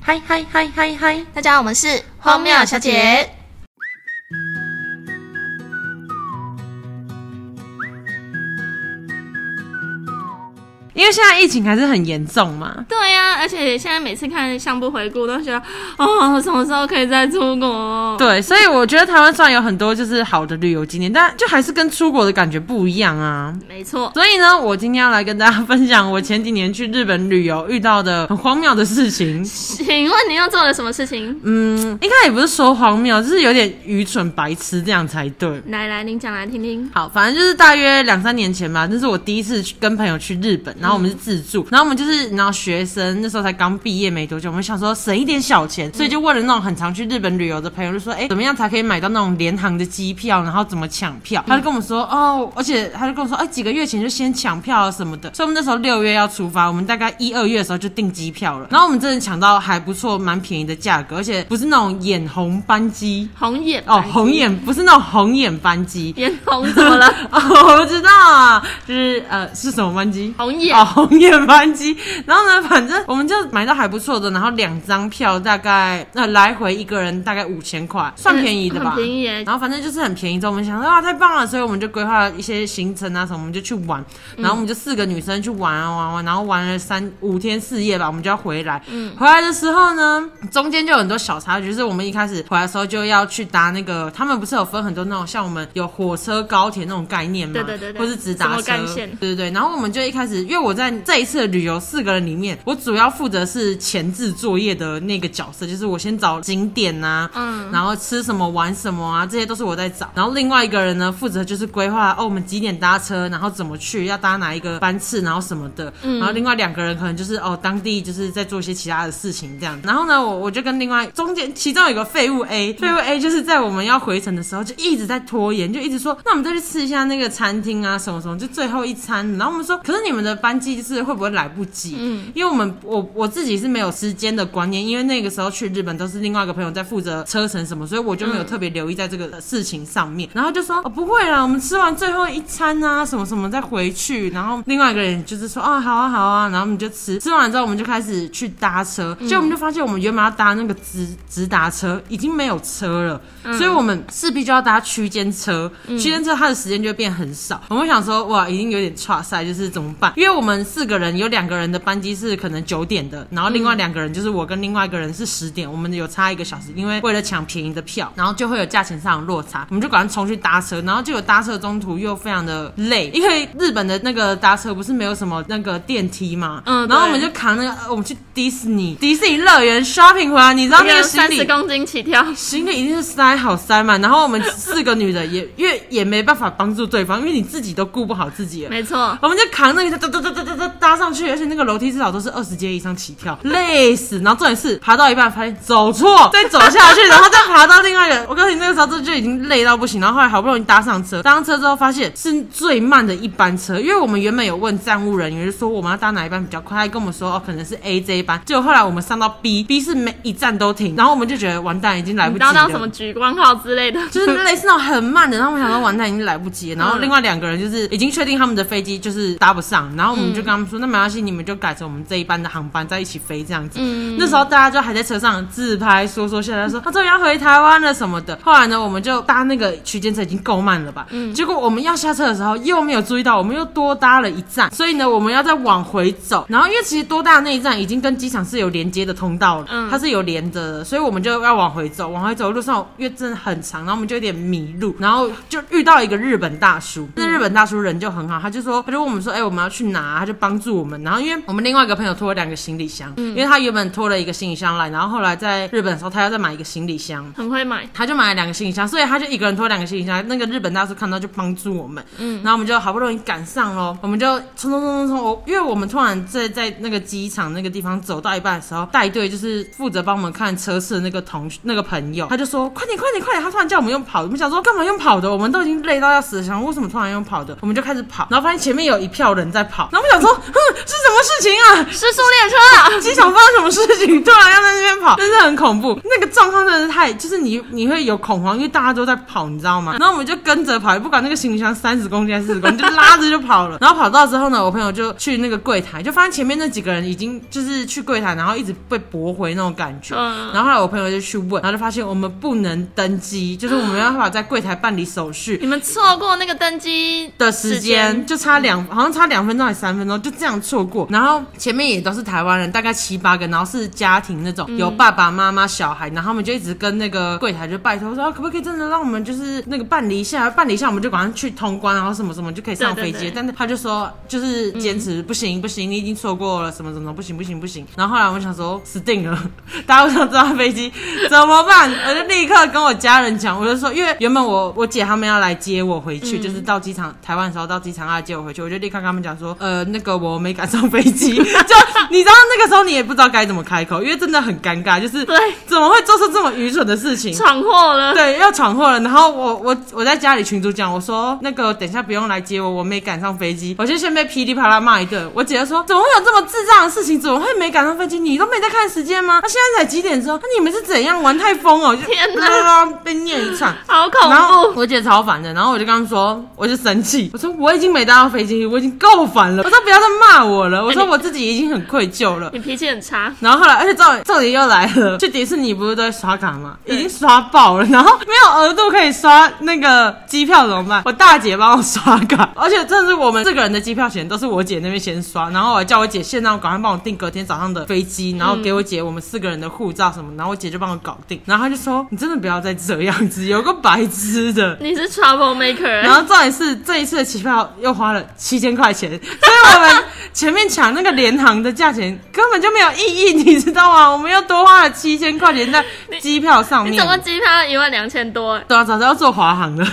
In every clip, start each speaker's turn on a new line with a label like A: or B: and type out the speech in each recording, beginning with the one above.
A: 嗨嗨嗨嗨嗨！
B: 大家好，我们是
A: 荒谬小姐。因为现在疫情还是很严重嘛，
B: 对呀、而且现在每次看相簿回顾，都觉得哦，什么时候可以再出国？
A: 对，所以我觉得台湾虽然有很多就是好的旅游景点，但就还是跟出国的感觉不一样啊。
B: 没错，
A: 所以呢，我今天要来跟大家分享我前几年去日本旅游遇到的很荒谬的事情。
B: 请问你又做了什么事情？
A: 嗯，应该也不是说荒谬，就是有点愚蠢白痴这样才对。
B: 来来，您讲来听听。
A: 好，反正就是大约两三年前吧，那是我第一次去跟朋友去日本，然后我们是自助，然后我们就是然后学生那时候才刚毕业没多久，我们想说省一点小钱，所以就问了那种很常去日本旅游的朋友，就说哎、诶怎么样才可以买到那种联航的机票，然后怎么抢票？他就跟我们说哦，而且他就跟我说哎、几个月前就先抢票啊什么的，所以我们那时候六月要出发，我们大概一二月的时候就订机票了，然后我们真的抢到还不错，蛮便宜的价格，而且不是那种眼红班机。
B: 红眼
A: 哦，红眼不是那种红眼班机，
B: 眼红怎么了？
A: 哦，我知道啊，就是呃，是什么班机？
B: 红眼
A: 哦， 红眼班机。然后呢，反正我们就买到还不错的，然后两张票大概呃来回一个人大概五千块，算便宜的吧？
B: 嗯很便宜耶
A: 然后反正就是很便宜，之后我们想说哇太棒了，所以我们就规划了一些行程啊什么，我们就去玩。
B: 嗯
A: 然后我们就四个女生去玩啊玩啊玩，然后玩了三五天四夜吧，我们就要回来。
B: 嗯
A: 回来的时候呢，中间就有很多小插曲，就是我们一开始回来的时候就要去搭那个，他们不是有分很多那种像我们有火车、高铁那种概念吗？
B: 对对对对
A: 或是直达车，
B: 什么干线
A: 对对对。然后我们就一开始，因为我在这一次的旅游四个人里面，我主要负责是前置作业的那个角色，就是我先找景点啊，
B: 嗯
A: 然后吃什么玩什么啊，这些都是我在找。然后另外一个人呢，负责就是规划哦，我们几点搭车，然后怎么去，要搭哪一个班次，然后什么的。
B: 嗯
A: 然后另外两个人可能就是哦，当地就是在做一些其他的事情这样。然后呢，我我就跟另外中间其中有一个废物 A，废物 A 就是在我们要回程的时候就一直在拖延，就一直说那我们再去吃一下那个餐厅啊什么什么，就最后一餐。然后我们说，可是你们的班机就是会不会来不及？嗯，因为我们我我自己是没有时间的观念，因为那个时候去日本都是另外一个朋友在负责车程什么，所以我就没有特别留意在这个呃事情上面。然后就说、哦、不会啦，我们吃完最后一餐啊，什么什么再回去。然后另外一个人就是说啊、好啊好啊，然后我们就吃，吃完之后我们就开始去搭车，结果我们就发现我们原本要搭那个直直达车已经没有车了，
B: 嗯
A: 所以我们势必就要搭区间车，区间车它的时间就会变很少。我们想说哇，已经有点差赛，就是怎么办？因为我们四个人有两个人的班机是可能九点的，然后另外两个人就是我跟另外一个人是十点，我们有差一个小时，因为为了抢便宜的票，然后就会有价钱上的落差，我们就赶快冲去搭车，然后就有搭车中途又非常的累，因为日本的那个搭车不是没有什么那个电梯嘛，
B: 嗯
A: 然后我
B: 对
A: 们就扛那个，呃我们去迪士尼迪士尼乐园 shopping 回来，你知道那个行
B: 三
A: 李
B: 十公斤起 跳，
A: 行李一定是塞好塞满，然后我们四个女的也因为也没办法帮助对方，因为你自己都顾不好自己了。
B: 没错，
A: 我们就扛那个哒哒哒哒哒哒搭上去，而且那个楼梯至少都是二十阶以上起跳，累死。然后重点是爬到一半发现走错，再走下去，然后再爬到另外一个。我告诉你，那个时候这就已经累到不行。然后后来好不容易搭上车，搭上车之后发现是最慢的一班车，因为我们原本有问站务人员，就说我们要搭哪一班比较快，他还跟我们说哦可能是 A 这一班。结果后来我们上到 B，B 是每一站都停，然后我们就觉得完蛋，已经来不
B: 你
A: 及了。
B: 当当什么举光号之类的，
A: 就是类似那种很慢的，然后我想说完蛋已经来不及了，然后另外两个人就是已经确定他们的飞机就是搭不上，然后我们就跟他们说，那没关系，你们就改成我们这一班的航班在一起飞这样子。那时候大家就还在车上自拍说说笑笑说，他终于要回台湾了什么的。后来呢，我们就搭那个区间车已经够慢了吧，结果我们要下车的时候又没有注意到，我们又多搭了一站，所以呢，我们要再往回走，然后因为其实多搭的那一站已经跟机场是有连接的通道了，
B: 嗯
A: 它是有连着的，所以我们就要往回走，往回走的路上因为真的很长，然后我们就有点迷路，然后就遇到一个日本大叔，那日本大叔人就很好，他就说他就问我们说，哎、我们要去哪？他就帮助我们，然后因为我们另外一个朋友拖了两个行李箱，因为他原本拖了一个行李箱来，然后后来在日本的时候他要再买一个行李箱，
B: 很会买。
A: 他就买了两个行李箱，所以他就一个人拖两个行李箱。那个日本大叔看到就帮助我们，嗯，然后我们就好不容易赶上喽，我们就冲冲冲冲冲，我因为我们突然在在那个机场那个地方走到一半的时候，带队就是负责帮我们看车次的那个同学那个朋友，他就说快点快点快点，他突然叫我们用跑的，我们想说干嘛用跑的，我们都已经累到要死了，想说为什么突然用跑的，我们就开始跑，然后发现前面有一票人在跑，然后我们想说，哼，是什么事情啊？
B: 失速列车啊，
A: 机场发生什么事情，突然要在那边跑， 真的很恐怖。那个状况真的是太，就是你你会有恐慌，因为大家都在跑，你知道吗？然后我们就跟着跑，也不管那个行李箱三十公斤还是四十公斤，就拉着就跑了。然后跑到之后呢，我朋友就去那个柜台，就发现前面那几个人已经就是去柜台，然后一直被驳回那种感觉。
B: 嗯
A: 然后后来我朋友就去问，然后就发现我们不能登机，就是 我们没办法在柜台办理手续。
B: 你们错过那个登机
A: 的时间，就差两，好像差两分钟还是三分钟，就这样错过。然后前面也都是台湾人，大概七八个，然后是家庭那
B: 嗯
A: 种，有爸爸妈妈、小孩，然后他们就一直跟那个柜台就拜托说，啊、可不可以真的让我们就是那个办理一下，办理一下，我们就赶快去通关，然后什么什么就可以上
B: 对
A: 飞
B: 对
A: 机。
B: 对
A: 但是他就说，就是坚持、不行不行，你已经错过了什么什么不行不行不行。然后后来我想说死定了， 大家都想知道飞机怎么办，我就立刻跟我家人讲，我就说，因为原本我我姐他们要来接我回去，就是到机场台湾的时候到机场要来接我回去，我就立刻跟他们讲说，呃，那个我没赶上飞机，就你知道那个时候你也不知道该怎么开口，因为真的很尴尬，就是
B: 对
A: 怎么会做出这么愚蠢的事情？
B: 闯祸 了，
A: 对，要闯祸了。然后我我我在家里群主讲，我说那个等一下不用来接我，我没赶上飞机，我就先被噼里啪啦骂一顿。我姐就说怎么会有这么智障的事情？怎么会没赶上飞机？你都没在看时间 吗？啊那、现在才几点钟？那、你们是怎样玩太疯哦？我就
B: 天 哪
A: 哪，被念一场。
B: 好恐
A: 然后
B: 怖。
A: 我姐超烦的，然后我就跟她说，我就生气，我说我已经没搭到飞机，我已经够烦了，我说不要再骂我了，我说我自己已经很愧疚了。
B: 你脾气很差，
A: 然后后来，而且重点重点又来了，去迪士尼不是都会刷卡吗？已经刷爆了，然后没有额度可以刷那个机票怎么办？我大姐帮我刷卡，而且这是我们这个人的机票钱都是我姐那边先刷，然后我还叫我姐现在赶快帮我订隔天早上的飞机，然后给我姐我们四个人的护照什么，然后我姐就帮我搞定，然后她就说你真的不要再这样子，有个白痴的。
B: 你是 trouble maker，
A: 然后重点是这一次的机票又花了七千块钱，所以我们前面抢那个联航的价钱根本就没有意义，你知道吗？我们又多花了七千块钱在机票上
B: 你
A: 面
B: 总。共机票一万两千多，
A: 对啊，早知道坐华航了，
B: 啊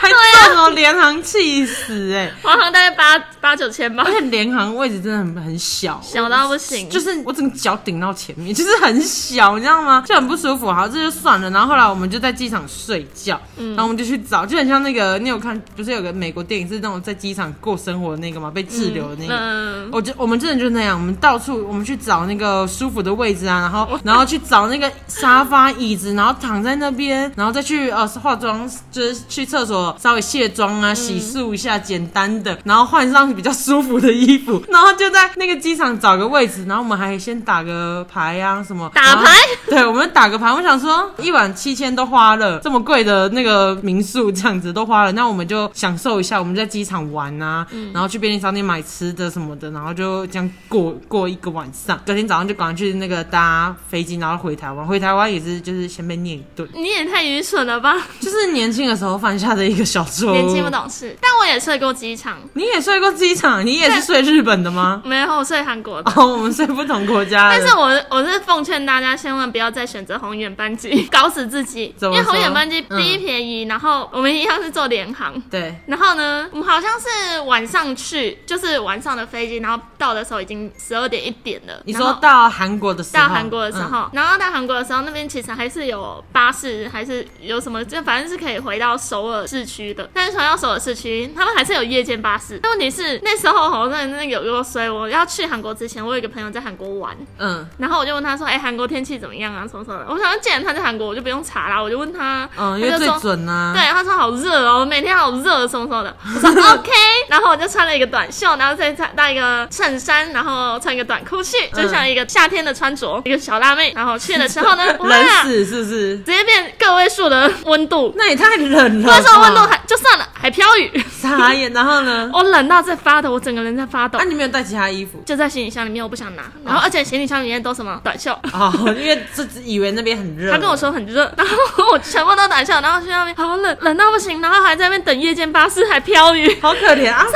A: 还坐什么联航，气死哎、欸！
B: 华航大概八八九千吧
A: 而，且联航位置真的很很小，
B: 小到不行。
A: 哎就是我整个脚顶到前面，就是很小，你知道吗？就很不舒服。好，这就算了。然后后来我们就在机场睡觉，
B: 嗯
A: 然后我们就去找，就很像那个你有看，不是有个美国电影是那种在机场过生活的那个吗？被滞留的那个。
B: 嗯，
A: 我就我们真的就那样，我们到处我们去找那个舒服的位置啊，然
B: 哦
A: 后然后去找那个沙发椅子，然后躺在那边，然后再去呃化妆，就是去厕所稍微卸妆啊，洗
B: 嗯
A: 漱一下简单的，然后换上比较舒服的衣服，然后就在那个机场找个位置，然后我们还先打个牌啊什么
B: 打
A: 然后
B: 牌
A: 对，我们打个牌，我想说一晚七千都花了，这么贵的那个民宿这样子都花了，那我们就享受一下，我们在机场玩啊，然后去便利商店买吃的什么的，然后就这样过过一个晚上。隔天早上就赶快去那个搭飞机，然后回台湾。回台湾也是就是先被念一顿，
B: 你也太愚蠢了吧，
A: 就是年轻的时候犯下的一个小错误。
B: 年轻不。懂事。但我也睡过机场，
A: 你也睡过机场？你也是睡日本的 吗？
B: 没有我睡韩国的。
A: 哦，我们睡不同国家的。
B: 但是我我是奉劝大家，千万不要再选择红眼班 机，搞死自己。
A: 怎
B: 因
A: 么
B: 为
A: 说
B: 红眼班机
A: 嗯
B: 第一便宜，然后我们一样是坐联航。
A: 对，
B: 然后呢，我们好像是晚上去，就是晚上的飞机，然后到的时候已经十二点一点了。
A: 你
B: 然
A: 说
B: 后
A: 到韩国的时候，
B: 到韩国的时
A: 嗯
B: 候，然后到韩国的时候，那边其实还是有巴士，还是有什么，就反正是可以回到首尔市区的。但是回到首尔市区，他们还是有夜间巴士。但问题是那时候好像真的有多衰，我要去韩国之前，我有一个朋友在韩国玩，
A: 嗯
B: 然后我就问他说：“哎、韩国天气怎么样啊？什么什么的？”我想说，既然他在韩国，我就不用查啦，我就问他，
A: 嗯，因
B: 他就
A: 为最
B: 说。
A: 准啊。
B: 对，他说好热哦，每天好热，什么什么 的。我说 OK，然后我就穿了一个短袖，然后再穿搭一个衬衫，然后穿一个短裤去，
A: 嗯
B: 就像一个夏天的穿着，一个小辣妹。然后去的时候呢，
A: 冷
B: 哇，直
A: 死是不是？
B: 接变个位数的温 度。
A: 那也太冷了吧。
B: 那时候温度还就算了，还飘 雨，
A: 傻眼，然后呢？
B: 我冷到在发抖，我整个人在发抖
A: 啊，。你没有哦带其他衣服
B: 就在行李箱里面，我不想拿。然后，而且行李箱里面都什么短袖，
A: 哦，因为这只以为那边很热。
B: 他跟我说很热， 然后我全部都短袖，然后去那边好冷，冷到不行，然后还在那边等夜间巴士，还飘雨，
A: 好可怜啊，
B: 超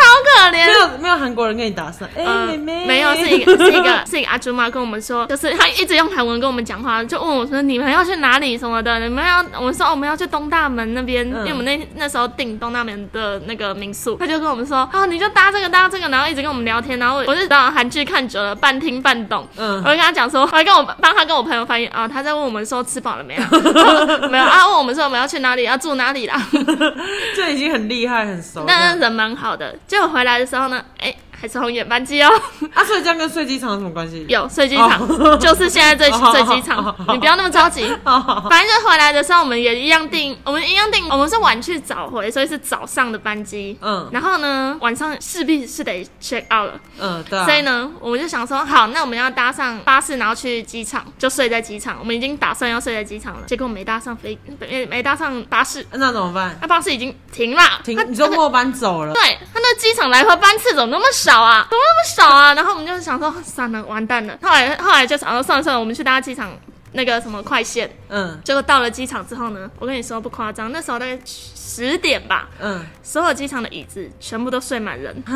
B: 可怜
A: 没。有没有韩国人跟你搭讪，哎、
B: 嗯
A: 妹妹
B: 没有，是一个是一个是一个阿朱妈跟我们说，就是她一直用韩文跟我们讲话，就问我说你们要去哪里什么的，你们要我们说、哦、我们要去东大门那边，
A: 嗯
B: 因为我们那那时候订东大门的那个民宿，她就跟我们说哦你就搭这个搭这个，然后一直跟我们聊天，然后我我就知道韩剧看久了半听半懂，
A: 嗯
B: 我就跟她讲说，我还跟我帮她跟我朋友翻译啊，她在问我们说吃饱了没有， 然后没有啊，问我们说我们要去哪里，要住哪里啦。
A: 这已经很厉害很熟了。
B: 但人蛮好的。结果回来的时候呢，哎、还是红眼班机哦。
A: 啊，所以这样跟睡机场有什么关系？
B: 有睡机场，就是现在最
A: 哦
B: 最机场
A: 哦哦，
B: 你不要那么着急。
A: 哦，
B: 反正就回来的时候，我们也一样订，我们一样订，我们是晚去早回，所以是早上的班机。
A: 嗯
B: 然后呢，晚上势必是得 check out 了，
A: 嗯，对啊
B: 所，以呢，我们就想说，好，那我们要搭上巴士，然后去机场，就睡在机场。我们已经打算要睡在机场了，结果没搭上飞，没没搭上巴士，
A: 那怎么办？
B: 那巴士已经停了。
A: 停
B: 它，
A: 你就末班走了。
B: 对他那机场来回班次怎么那么少啊？怎么那么少啊？然后我们就想说，算了，完蛋了。后来后来就想说，算了算了，我们去搭机场那个什么快线。
A: 嗯
B: 结果到了机场之后呢，我跟你说不夸张，那时候大概十点吧，
A: 嗯
B: 所有机场的椅子全部都睡满人。
A: 啊，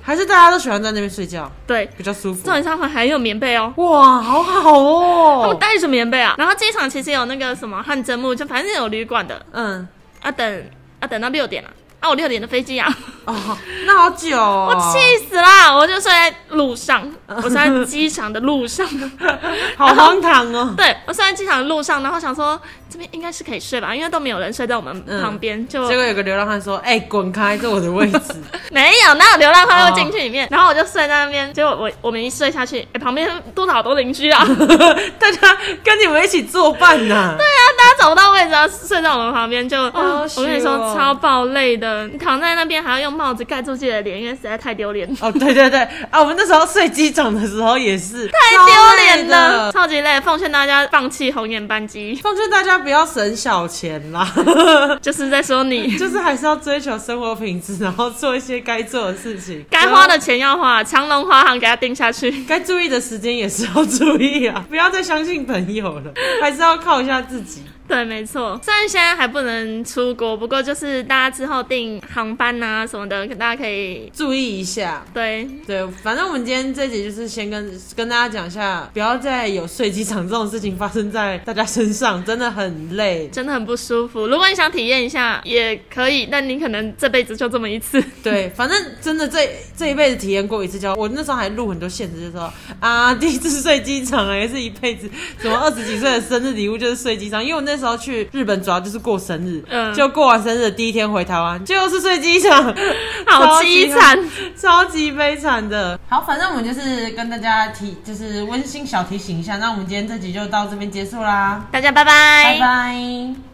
A: 还是大家都喜欢在那边睡觉，
B: 对，
A: 比较舒服
B: 重。点上面还有棉被哦。
A: 哇，好好
B: 他们
A: 哦。
B: 带着棉被啊，然后机场其实有那个什么汗蒸幕，就反正有旅馆的
A: 嗯，
B: 啊等啊等到六点啊，啊我六点的飞机啊，
A: 哦，那好久、哦。嗯
B: 我气死啦！我就睡在路上，我睡在机场的路上，
A: 好荒唐哦。
B: 对我睡在机场的路上，然后想说这边应该是可以睡吧，因为都没有人睡在我们旁边，就
A: 嗯结果有个流浪汉说：“哎、滚开，这我的 位置。
B: 没有，哪有流浪汉会进去里面？然后我就睡在那
A: 哦
B: 边，结果我我们一睡下去，哎、旁边多少好多邻居 啊！对
A: 大家跟你们一起作伴呐、
B: 啊，大家找不到位置啊，睡在我们旁边就，
A: 好
B: 哦
A: 羞
B: 我跟你说
A: 哦
B: 超爆累的，你躺在那边还要用帽子盖住自己的脸，因为实在太丢脸，
A: 哦，对对对，啊，我们那时候睡机场的时候也是
B: 太
A: 太
B: 丢脸了，。超级累。奉劝大家放弃红眼班机，
A: 奉劝大家不要省小钱啦，
B: 就是在说你。
A: 就是还是要追求生活品质，然后做一些该做的事情，
B: 该花的钱要花，长隆花行给他定下去。
A: 该注意的时间也是要注意啊，不要再相信朋友了，还是要靠一下自己。
B: 对，没错。虽然现在还不能出国，不过就是大家之后订航班啊什么的，大家可以
A: 注意一下，
B: 对
A: 对，反正我们今天这集就是先跟跟大家讲一下，不要再有睡机场这种事情发生在大家身上，真的很累。
B: 真的很不舒服。如果你想体验一下也可以，但你可能这辈子就这么一次。
A: 对，反正真的这这一辈子体验过一次就好。我那时候还录很多现实，就说啊，第一次睡机场哎、是一辈子，什么二十几岁的生日礼物就是睡机场，因为我那时候去日本主要就是过生日，
B: 嗯
A: 就过完生日的第一天回台湾就是睡机场，
B: 好凄惨，啊
A: 超级悲惨的。好，反正我们就是跟大家提，就是温馨小提醒一下，那我们今天这集就到这边结束啦，
B: 大家拜拜
A: 拜拜